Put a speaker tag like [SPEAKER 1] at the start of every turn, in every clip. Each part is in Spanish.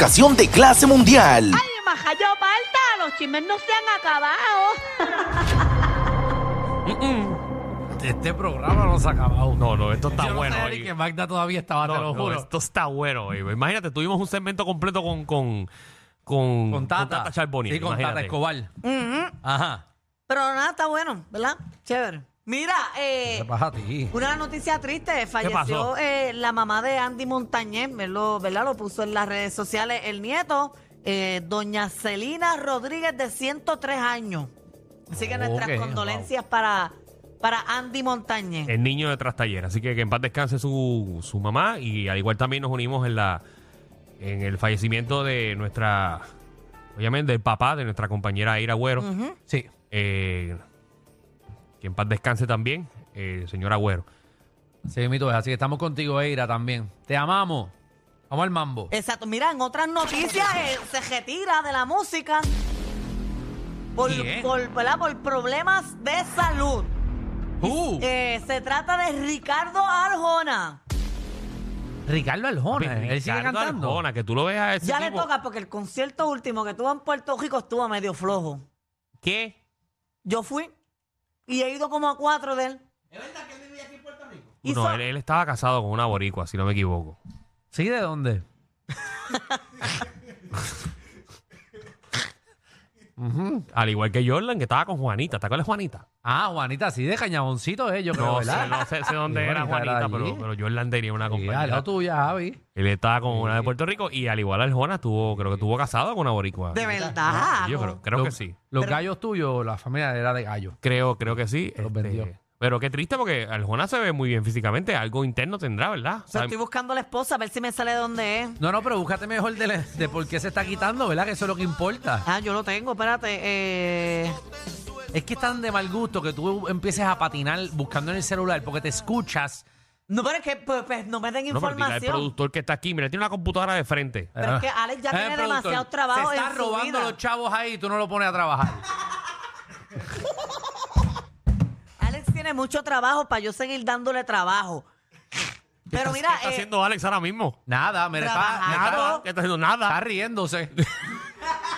[SPEAKER 1] Educación de clase mundial.
[SPEAKER 2] ¡Ay, majayo palta! Los chismes no se han acabado.
[SPEAKER 3] Este programa no se ha acabado.
[SPEAKER 4] No, no, esto está
[SPEAKER 3] Yo no
[SPEAKER 4] bueno
[SPEAKER 3] sabía ni
[SPEAKER 4] hoy.
[SPEAKER 3] que Magda todavía estaba, Ah, te
[SPEAKER 4] No,
[SPEAKER 3] lo
[SPEAKER 4] no,
[SPEAKER 3] juro.
[SPEAKER 4] esto está bueno, hoy, güey. Imagínate, tuvimos un segmento completo con con con,
[SPEAKER 3] Con Tata.
[SPEAKER 4] Charbonier,
[SPEAKER 3] Sí, con Tata
[SPEAKER 4] imagínate.
[SPEAKER 3] Escobar. Ajá.
[SPEAKER 5] Pero nada, está bueno, ¿verdad? Chévere. Mira, eh,
[SPEAKER 3] ¿Qué pasa a ti?
[SPEAKER 5] una noticia triste.
[SPEAKER 4] pasó?
[SPEAKER 5] Falleció eh, la mamá de Andy Montañez, me lo- ¿verdad? Lo puso en las redes sociales el nieto, eh, doña Celina Rodríguez, de 103 años. Así que nuestras
[SPEAKER 3] Ok,
[SPEAKER 5] condolencias para, para Andy Montañez.
[SPEAKER 4] El niño de Trastaller. Así que que en paz descanse su, su mamá y al igual también nos unimos en la en el fallecimiento de nuestra obviamente del papá de nuestra compañera Aira Agüero.
[SPEAKER 3] Sí.
[SPEAKER 4] Eh, que en paz descanse también, eh, señor Agüero.
[SPEAKER 3] Sí, mi Así que estamos contigo, Eira, también. Te amamos. Vamos al mambo.
[SPEAKER 5] Exacto. Mira, en otras noticias eh, se retira de la música por,
[SPEAKER 3] Bien.
[SPEAKER 5] por, ¿verdad? por problemas de salud.
[SPEAKER 3] Uh,
[SPEAKER 5] Eh, se trata de Ricardo Arjona.
[SPEAKER 3] Ricardo Aljona.
[SPEAKER 4] Papi,
[SPEAKER 3] él sigue
[SPEAKER 4] Ricardo
[SPEAKER 3] cantando.
[SPEAKER 4] Arjona, que tú lo veas a ese
[SPEAKER 5] Ya le
[SPEAKER 4] tipo.
[SPEAKER 5] toca porque el concierto último que tuvo en Puerto Rico estuvo medio flojo.
[SPEAKER 4] ¿Qué?
[SPEAKER 5] Yo fui y he ido como a cuatro de él. ¿Es
[SPEAKER 4] No,
[SPEAKER 5] verdad
[SPEAKER 4] él,
[SPEAKER 5] que él vivía aquí en Puerto Rico?
[SPEAKER 4] él estaba casado con una boricua, si no me equivoco.
[SPEAKER 3] ¿Sí? ¿De dónde?
[SPEAKER 4] Al igual que Jordan, que estaba con Juanita. ¿Te acuerdas de Juanita?
[SPEAKER 3] Ah, Juanita, sí, de Cañaboncito, eh, yo creo,
[SPEAKER 4] No
[SPEAKER 3] ¿verdad?
[SPEAKER 4] sé, no sé, sé dónde
[SPEAKER 3] Sí,
[SPEAKER 4] era
[SPEAKER 3] Juanita era
[SPEAKER 4] Juanita,
[SPEAKER 3] allí.
[SPEAKER 4] pero, pero Jordan tenía una
[SPEAKER 3] Sí, al
[SPEAKER 4] compañera.
[SPEAKER 3] lado tuyo, Javi.
[SPEAKER 4] Él estaba con una de Puerto Rico y al igual Arjona tuvo, creo que tuvo casado con una boricua.
[SPEAKER 5] De verdad.
[SPEAKER 4] Yo creo, creo
[SPEAKER 3] Lo-
[SPEAKER 4] que sí.
[SPEAKER 3] Los gallos tuyos, la familia era de gallo.
[SPEAKER 4] Creo, creo que sí. este,
[SPEAKER 3] Los vendió.
[SPEAKER 4] pero qué triste porque Arjona se ve muy bien físicamente. Algo interno tendrá, ¿verdad?
[SPEAKER 5] O sea,
[SPEAKER 4] Ay,
[SPEAKER 5] estoy buscando a la esposa a ver si me sale de dónde es.
[SPEAKER 3] No, no, pero búscate mejor de, la- de por qué se está quitando, ¿verdad? Que eso es lo que importa.
[SPEAKER 5] Ah, yo lo tengo, espérate. eh,
[SPEAKER 3] Es que es tan de mal gusto que tú empieces a patinar buscando en el celular porque te escuchas.
[SPEAKER 5] No, pero es que pues, pues, no me den
[SPEAKER 4] no, pero dile al Ah.
[SPEAKER 5] información. pero,
[SPEAKER 4] productor que está aquí. Mira, tiene una computadora de frente.
[SPEAKER 5] es que Alex ya
[SPEAKER 3] Eh,
[SPEAKER 5] tiene
[SPEAKER 3] productor,
[SPEAKER 5] demasiado trabajo.
[SPEAKER 3] Se está
[SPEAKER 5] en su
[SPEAKER 3] robando
[SPEAKER 5] vida.
[SPEAKER 3] los chavos ahí y tú no lo pones a trabajar.
[SPEAKER 5] Alex tiene mucho trabajo para yo seguir dándole trabajo. Pero mira,
[SPEAKER 4] ¿Qué está
[SPEAKER 5] eh,
[SPEAKER 4] haciendo Alex ahora mismo?
[SPEAKER 3] Nada, mira, está,
[SPEAKER 4] Nada.
[SPEAKER 3] nada.
[SPEAKER 4] ¿Qué está haciendo?
[SPEAKER 3] está
[SPEAKER 4] Nada.
[SPEAKER 3] riéndose.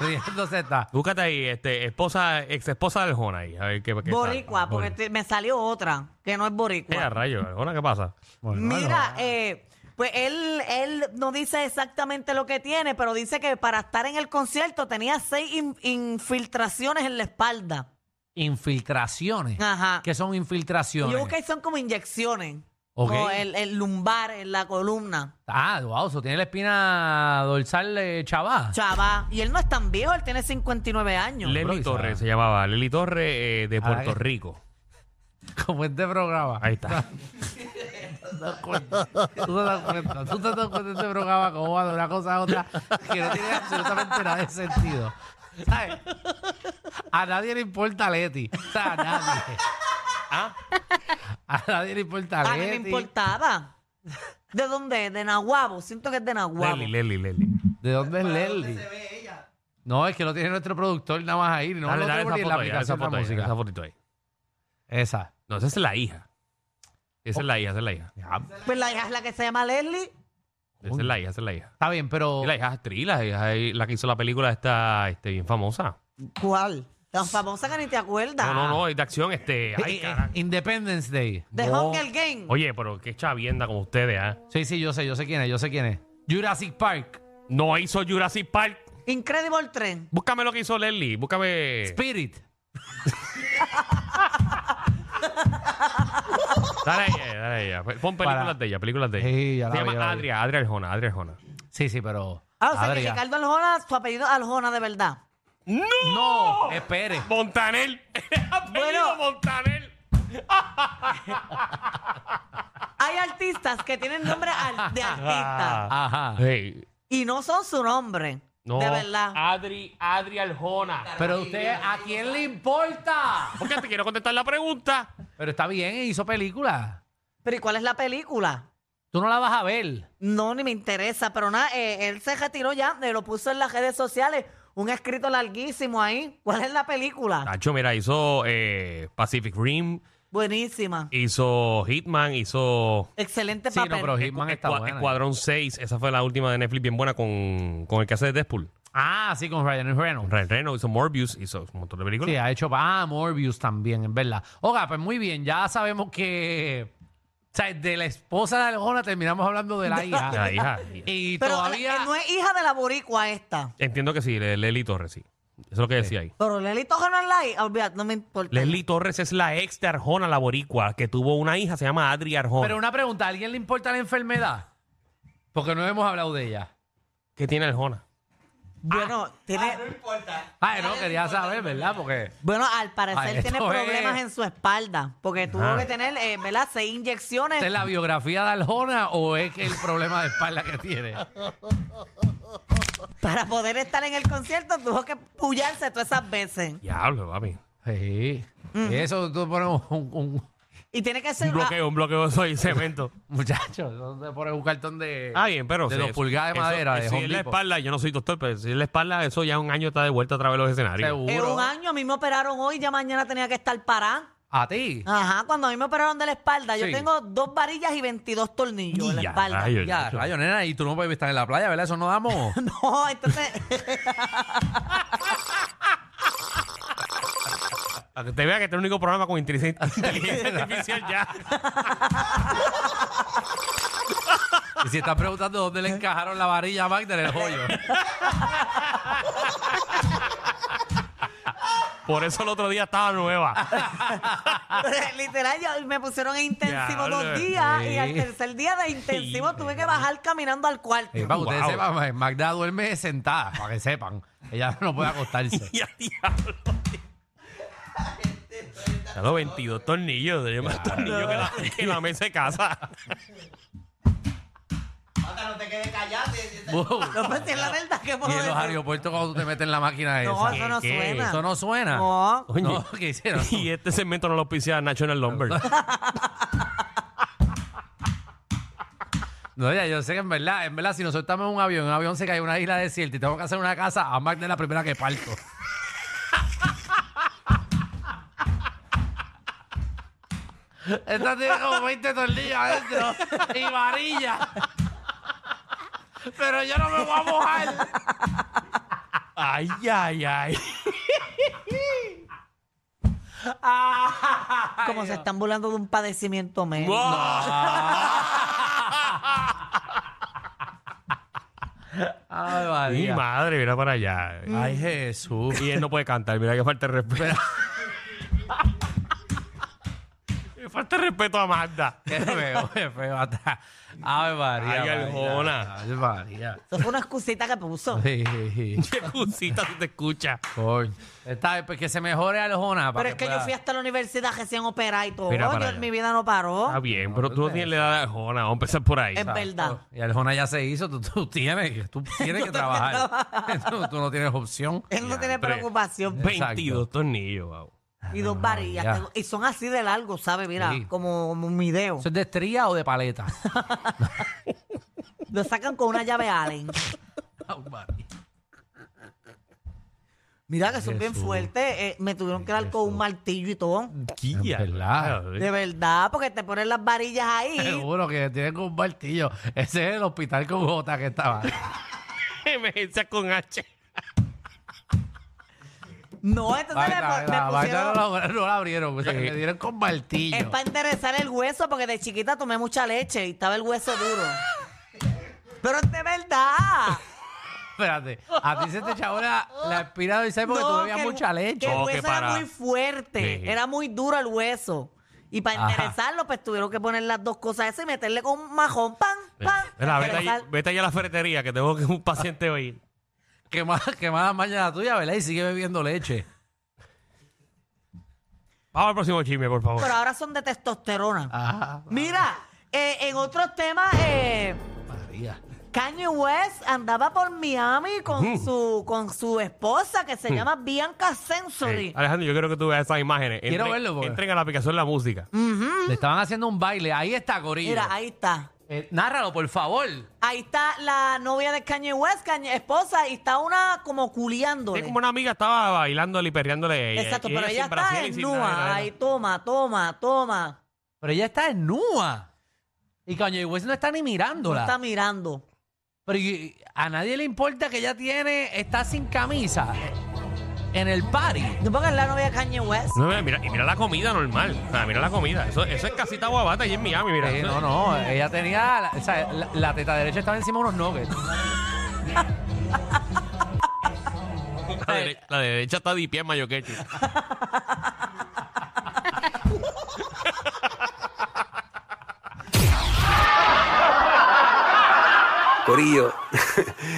[SPEAKER 3] riéndose está.
[SPEAKER 4] Búscate ahí, este, esposa, ex esposa de Arjona ahí. A ver qué, qué
[SPEAKER 5] boricua,
[SPEAKER 4] sale.
[SPEAKER 5] porque te- me salió otra que no es
[SPEAKER 4] Eh,
[SPEAKER 5] boricua.
[SPEAKER 4] a rayo, Arjona, ¿qué pasa?
[SPEAKER 5] Mira, eh, pues él, él no dice exactamente lo que tiene, pero dice que para estar en el concierto tenía seis in- infiltraciones en la espalda.
[SPEAKER 3] Infiltraciones.
[SPEAKER 5] Ajá.
[SPEAKER 3] ¿Qué son infiltraciones?
[SPEAKER 5] Ah. Yo busqué y son como inyecciones.
[SPEAKER 3] Ok.
[SPEAKER 5] O el, el lumbar, en la columna.
[SPEAKER 3] Ah, wow, eso tiene la espina dorsal eh, chavá.
[SPEAKER 5] Chava. Y él no es tan viejo, él tiene 59 años.
[SPEAKER 3] creo
[SPEAKER 4] Leli
[SPEAKER 3] que sabe.
[SPEAKER 4] Torres se llamaba. Leli Torres eh, de
[SPEAKER 3] Ah,
[SPEAKER 4] Puerto
[SPEAKER 3] eh.
[SPEAKER 4] Rico.
[SPEAKER 3] Como este programa.
[SPEAKER 4] Ahí está.
[SPEAKER 3] Tú te das cuenta, tú te das cuenta de este programa como va de una cosa a otra que no tiene absolutamente nada de sentido. ¿Sabes? A nadie le importa Leti. O sea, a nadie.
[SPEAKER 4] Ah,
[SPEAKER 3] A nadie le importa
[SPEAKER 5] A
[SPEAKER 3] Leti.
[SPEAKER 5] mí me importaba. ¿De dónde? es? De Nahuabo. Siento que es de Nahuabo.
[SPEAKER 4] Leli, Leli, Leli.
[SPEAKER 3] ¿De dónde es Leli? No, es que lo tiene nuestro productor nada más ahí. No
[SPEAKER 4] Dale,
[SPEAKER 3] lo
[SPEAKER 4] dale
[SPEAKER 3] tengo
[SPEAKER 4] esa
[SPEAKER 3] ni en la
[SPEAKER 4] foto ahí, dale esa
[SPEAKER 3] aplicación de
[SPEAKER 4] foto
[SPEAKER 3] la
[SPEAKER 4] ahí,
[SPEAKER 3] música.
[SPEAKER 4] esa fotito ahí.
[SPEAKER 3] Esa.
[SPEAKER 4] No, esa es la hija. Esa es la hija, esa es la hija.
[SPEAKER 3] Ya,
[SPEAKER 5] Pues la hija es la que se llama Leslie.
[SPEAKER 4] Esa es la hija, esa es la hija.
[SPEAKER 3] Está bien, pero
[SPEAKER 4] Y la hija es actriz, la hija es la que hizo la película esta este, bien famosa.
[SPEAKER 5] ¿Cuál? La famosa que ni te acuerdas.
[SPEAKER 4] No, no, no, es de acción, este. Ay,
[SPEAKER 3] eh, eh,
[SPEAKER 4] carajo.
[SPEAKER 3] Independence Day.
[SPEAKER 5] The
[SPEAKER 4] No.
[SPEAKER 5] Hunger Game.
[SPEAKER 4] Oye, pero qué chavienda como ustedes, ¿ah?
[SPEAKER 3] Sí, sí, yo sé, yo sé quién es, yo sé quién es. Jurassic Park.
[SPEAKER 4] No hizo Jurassic Park.
[SPEAKER 5] Incredible 3.
[SPEAKER 4] Búscame lo que hizo Leli, búscame.
[SPEAKER 3] Spirit.
[SPEAKER 4] Dale a ella, dale a ella. Pon películas
[SPEAKER 3] Para-
[SPEAKER 4] de ella, películas de ella.
[SPEAKER 3] Sí, ya la
[SPEAKER 4] Se
[SPEAKER 3] vi, ya
[SPEAKER 4] llama
[SPEAKER 3] la vi.
[SPEAKER 4] Adria, Adria Arjona, Adria Arjona.
[SPEAKER 3] Sí, sí, pero.
[SPEAKER 5] Ah, o sea que
[SPEAKER 3] Adria.
[SPEAKER 5] Ricardo Aljona, su apellido Aljona de verdad.
[SPEAKER 3] No, espere.
[SPEAKER 4] Montanel. Apellido
[SPEAKER 5] Bueno.
[SPEAKER 4] Montanel.
[SPEAKER 5] Hay artistas que tienen nombre al- de artista
[SPEAKER 3] Ajá.
[SPEAKER 4] Ah. Hey,
[SPEAKER 5] y no son su nombre.
[SPEAKER 4] no.
[SPEAKER 5] De verdad.
[SPEAKER 4] Adri, Adri Arjona.
[SPEAKER 3] Pero usted, ¿a quién le importa?
[SPEAKER 4] Porque te quiero contestar la pregunta.
[SPEAKER 3] Pero está bien, hizo película.
[SPEAKER 5] Pero ¿y cuál es la película?
[SPEAKER 3] Tú no la vas a ver.
[SPEAKER 5] No, ni me interesa. Pero nada, eh, él se retiró ya, eh, lo puso en las redes sociales. Un escrito larguísimo ahí. ¿Cuál es la película?
[SPEAKER 4] Nacho, mira, hizo eh, Pacific Rim,
[SPEAKER 5] Buenísima.
[SPEAKER 4] Hizo Hitman, hizo
[SPEAKER 5] Excelente
[SPEAKER 3] Sí, no,
[SPEAKER 5] Este papel.
[SPEAKER 3] pero Hitman está
[SPEAKER 4] Escua-
[SPEAKER 3] buena.
[SPEAKER 4] Escuadrón 6. Esa fue la última de Netflix bien buena con, con el que hace de Deadpool.
[SPEAKER 3] Ah, sí, con Ryan Reynolds.
[SPEAKER 4] Ryan Reynolds hizo Morbius, hizo un montón de películas.
[SPEAKER 3] Sí, ha hecho ah, Morbius también, es verdad. Oiga, pues muy bien, ya sabemos que o sea, de la esposa de Alejona terminamos hablando de la hija.
[SPEAKER 4] La hija.
[SPEAKER 3] Y
[SPEAKER 5] pero
[SPEAKER 3] todavía
[SPEAKER 5] la- no es hija de la boricua esta.
[SPEAKER 4] Entiendo que sí, le- Leli Torres, sí. Eso es lo que decía ahí.
[SPEAKER 5] Pero Leli Torres no es la hija. Olvídate, no me importa.
[SPEAKER 4] Leslie Torres es la ex de Arjona, la boricua, que tuvo una hija, se llama Adri Arjona.
[SPEAKER 3] Pero una pregunta, ¿a alguien le importa la enfermedad? Porque no hemos hablado de ella.
[SPEAKER 4] ¿Qué tiene Arjona?
[SPEAKER 5] Bueno, Ah, tiene,
[SPEAKER 3] Ay, Ah, no, quería saber, ¿verdad? Porque
[SPEAKER 5] bueno, al parecer
[SPEAKER 3] Ay,
[SPEAKER 5] tiene
[SPEAKER 3] esto es-
[SPEAKER 5] problemas en su espalda. Porque tuvo
[SPEAKER 4] Ajá.
[SPEAKER 5] que tener, eh, ¿verdad? Seis inyecciones.
[SPEAKER 3] ¿esta es la biografía de Aljona o es que el problema de espalda que tiene?
[SPEAKER 5] Para poder estar en el concierto tuvo que pullarse todas esas veces.
[SPEAKER 4] Diablo, papi.
[SPEAKER 3] Sí. Eso tú pones un, un-
[SPEAKER 5] Y tiene que
[SPEAKER 4] Un
[SPEAKER 5] ser...
[SPEAKER 4] bloqueo, un bloqueo de soy cemento.
[SPEAKER 3] muchacho, eso te pones un cartón de,
[SPEAKER 4] Ah, bien, pero.
[SPEAKER 3] de
[SPEAKER 4] sí,
[SPEAKER 3] dos
[SPEAKER 4] eso-
[SPEAKER 3] pulgadas de
[SPEAKER 4] eso-
[SPEAKER 3] madera. de
[SPEAKER 4] Si
[SPEAKER 3] Home
[SPEAKER 4] es la
[SPEAKER 3] Depot.
[SPEAKER 4] espalda, yo no soy doctor, pero si es la espalda, eso ya un año está de vuelta a través de los escenarios.
[SPEAKER 5] En
[SPEAKER 3] Seguro.
[SPEAKER 5] un año a mí me operaron hoy, ya mañana tenía que estar parada.
[SPEAKER 3] ¿A ti?
[SPEAKER 5] Ajá, cuando a mí me operaron de la espalda, yo
[SPEAKER 3] Sí.
[SPEAKER 5] tengo dos varillas y 22 tornillos en la
[SPEAKER 4] Ya,
[SPEAKER 5] espalda.
[SPEAKER 4] rayos.
[SPEAKER 3] Ya, rayo, nena, y tú no puedes estar en la playa, ¿verdad? Eso no damos.
[SPEAKER 5] No, entonces,
[SPEAKER 4] Para que te vea que este es el único programa con inteligencia inteligencia artificial ya.
[SPEAKER 3] y si estás preguntando dónde le encajaron la varilla a Magda en el hoyo.
[SPEAKER 4] Por eso el otro día estaba nueva.
[SPEAKER 5] literal, yo- me pusieron en intensivo
[SPEAKER 4] Diablo.
[SPEAKER 5] dos días y al
[SPEAKER 3] Sí.
[SPEAKER 5] tercer día de intensivo tuve que bajar caminando al cuarto.
[SPEAKER 3] Eh, para que ustedes
[SPEAKER 4] Wow.
[SPEAKER 3] sepan, Ma- Magda duerme sentada, para que sepan. Ella no puede acostarse.
[SPEAKER 4] ya, diablo. Ya los 22 tornillos. Yo más tornillos que la, que la mesa de casa.
[SPEAKER 3] Wow.
[SPEAKER 5] No, pues, si es la verdad que
[SPEAKER 3] Y
[SPEAKER 5] puedo
[SPEAKER 3] en los
[SPEAKER 5] decir.
[SPEAKER 3] aeropuertos cuando tú te metes en la máquina esa.
[SPEAKER 5] No, eso no
[SPEAKER 4] ¿Qué?
[SPEAKER 5] suena.
[SPEAKER 3] Eso no suena.
[SPEAKER 5] No.
[SPEAKER 4] Oye.
[SPEAKER 3] No, ¿qué hicieron?
[SPEAKER 4] y este segmento no lo auspicia National Lumber.
[SPEAKER 3] No, ya, yo sé que en verdad, en verdad, si nosotros estamos en un avión, en un avión se cae en una isla desierta y tengo que hacer una casa, a Magda es la primera que parto. Esta tiene como 20 tornillos adentro y varilla. Pero yo no me voy a mojar.
[SPEAKER 4] ay, ay, ay.
[SPEAKER 5] Como se están burlando de un padecimiento médico.
[SPEAKER 4] Wow.
[SPEAKER 3] Ay,
[SPEAKER 4] Mi
[SPEAKER 3] varilla.
[SPEAKER 4] madre, mira para allá.
[SPEAKER 3] Ay, Jesús.
[SPEAKER 4] Y él no puede cantar, mira que falta de respeto. Que falta de respeto a Magda.
[SPEAKER 3] Qué feo, qué feo. Hasta... Ay, María.
[SPEAKER 4] Ay, Arjona.
[SPEAKER 3] Ay, María.
[SPEAKER 5] Eso fue una excusita que puso.
[SPEAKER 3] Sí, sí, sí.
[SPEAKER 4] Qué cosita si te escucha.
[SPEAKER 3] Coño. Está bien, pues que se mejore Aljona. para
[SPEAKER 5] Pero es que yo
[SPEAKER 3] pueda-
[SPEAKER 5] fui hasta la universidad recién operada y todo.
[SPEAKER 4] Mira
[SPEAKER 5] Yo-
[SPEAKER 4] para allá. Ah,
[SPEAKER 5] mi vida no paró.
[SPEAKER 4] Está bien, pero tú no tienes la edad de Arjona. Vamos a empezar por ahí.
[SPEAKER 5] Es verdad.
[SPEAKER 3] Y Aljona ya se hizo, tú, tú tienes, que- tú tienes que trabajar. tú, tú no tienes opción.
[SPEAKER 5] Él no tiene
[SPEAKER 4] Diantre.
[SPEAKER 5] preocupación.
[SPEAKER 4] 22 tornillos, wow.
[SPEAKER 5] Y dos varillas.
[SPEAKER 3] ya.
[SPEAKER 5] tengo- Y son así de largo, ¿sabes? Mira,
[SPEAKER 3] Sí.
[SPEAKER 5] como, como un video.
[SPEAKER 3] ¿Eso es de estría o de paleta?
[SPEAKER 5] Lo sacan con una llave Allen.
[SPEAKER 3] Ay, María.
[SPEAKER 5] Mira que son bien
[SPEAKER 3] Jesús.
[SPEAKER 5] fuertes. eh, me tuvieron que dar con un martillo y todo.
[SPEAKER 4] Quilla.
[SPEAKER 3] Es verdad.
[SPEAKER 5] De verdad, porque te ponen las varillas ahí.
[SPEAKER 3] Seguro que tienen un martillo. Ese es el hospital con J que estaba.
[SPEAKER 4] Emergencia con H.
[SPEAKER 5] No, entonces me,
[SPEAKER 3] Magda,
[SPEAKER 5] po- me
[SPEAKER 3] la- Magda
[SPEAKER 5] pusieron...
[SPEAKER 3] no, la- no la abrieron, o sea,
[SPEAKER 4] Sí.
[SPEAKER 3] le dieron con martillo.
[SPEAKER 5] Es para enderezar el hueso, porque de chiquita tomé mucha leche y estaba el hueso duro. Pero es de verdad.
[SPEAKER 3] Espérate, a ti se te echó la, la espina dorsal porque tú
[SPEAKER 5] No,
[SPEAKER 3] bebías
[SPEAKER 5] que el-
[SPEAKER 3] mucha leche.
[SPEAKER 5] Que el
[SPEAKER 4] Oh, que
[SPEAKER 5] hueso
[SPEAKER 4] para-
[SPEAKER 5] era muy fuerte,
[SPEAKER 4] Sí.
[SPEAKER 5] era muy duro el hueso. Y para
[SPEAKER 3] Ajá.
[SPEAKER 5] enderezarlo, pues tuvieron que poner las dos cosas esas y meterle con un majón, pan, pan.
[SPEAKER 4] Mira,
[SPEAKER 5] para
[SPEAKER 4] vete, allí,
[SPEAKER 5] enderezar.
[SPEAKER 4] vete allí a la ferretería que tengo que un paciente hoy.
[SPEAKER 3] Que más, que más mañana tuya, ¿verdad? Y sigue bebiendo leche.
[SPEAKER 4] Vamos al próximo chisme, por favor.
[SPEAKER 5] Pero ahora son de testosterona.
[SPEAKER 3] Ajá,
[SPEAKER 5] Mira, eh, en otros temas, eh,
[SPEAKER 3] María.
[SPEAKER 5] Kanye West andaba por Miami con su con su esposa que se llama Bianca Sensory.
[SPEAKER 4] Eh, Alejandro, yo quiero que tú veas esas imágenes.
[SPEAKER 3] Quiero verlo, porque-
[SPEAKER 4] Entren a la aplicación La Música.
[SPEAKER 3] Le estaban haciendo un baile. Ahí está, Corillo.
[SPEAKER 5] Mira, ahí está.
[SPEAKER 3] Eh, nárralo, por favor.
[SPEAKER 5] Ahí está la novia de Kanye West, Kanye- esposa, y está una como culiando.
[SPEAKER 4] Es como una amiga estaba bailándole y perreándole. a ella.
[SPEAKER 5] Exacto,
[SPEAKER 4] Y
[SPEAKER 5] pero
[SPEAKER 4] sin
[SPEAKER 5] ella está
[SPEAKER 4] brasier y sin nada,
[SPEAKER 5] desnuda.
[SPEAKER 4] nada.
[SPEAKER 5] Ahí, toma, toma, toma.
[SPEAKER 3] Pero ella está en nua. Y Kanye West no está ni
[SPEAKER 5] No
[SPEAKER 3] mirándola.
[SPEAKER 5] está mirando.
[SPEAKER 3] Pero y- a nadie le importa que ella tiene, está sin camisa en el party.
[SPEAKER 5] No porque es la novia de Kanye West.
[SPEAKER 4] No, mira, mira, y mira la comida normal. O sea, mira la comida. Eso, eso es casita guabata y en Miami, mira.
[SPEAKER 3] Eh, no, no, ella tenía, la- o sea, la, la teta derecha estaba encima de unos nuggets.
[SPEAKER 4] La,
[SPEAKER 3] eh.
[SPEAKER 4] dere- la derecha está de pie en mayo ketchup.
[SPEAKER 6] Corillo,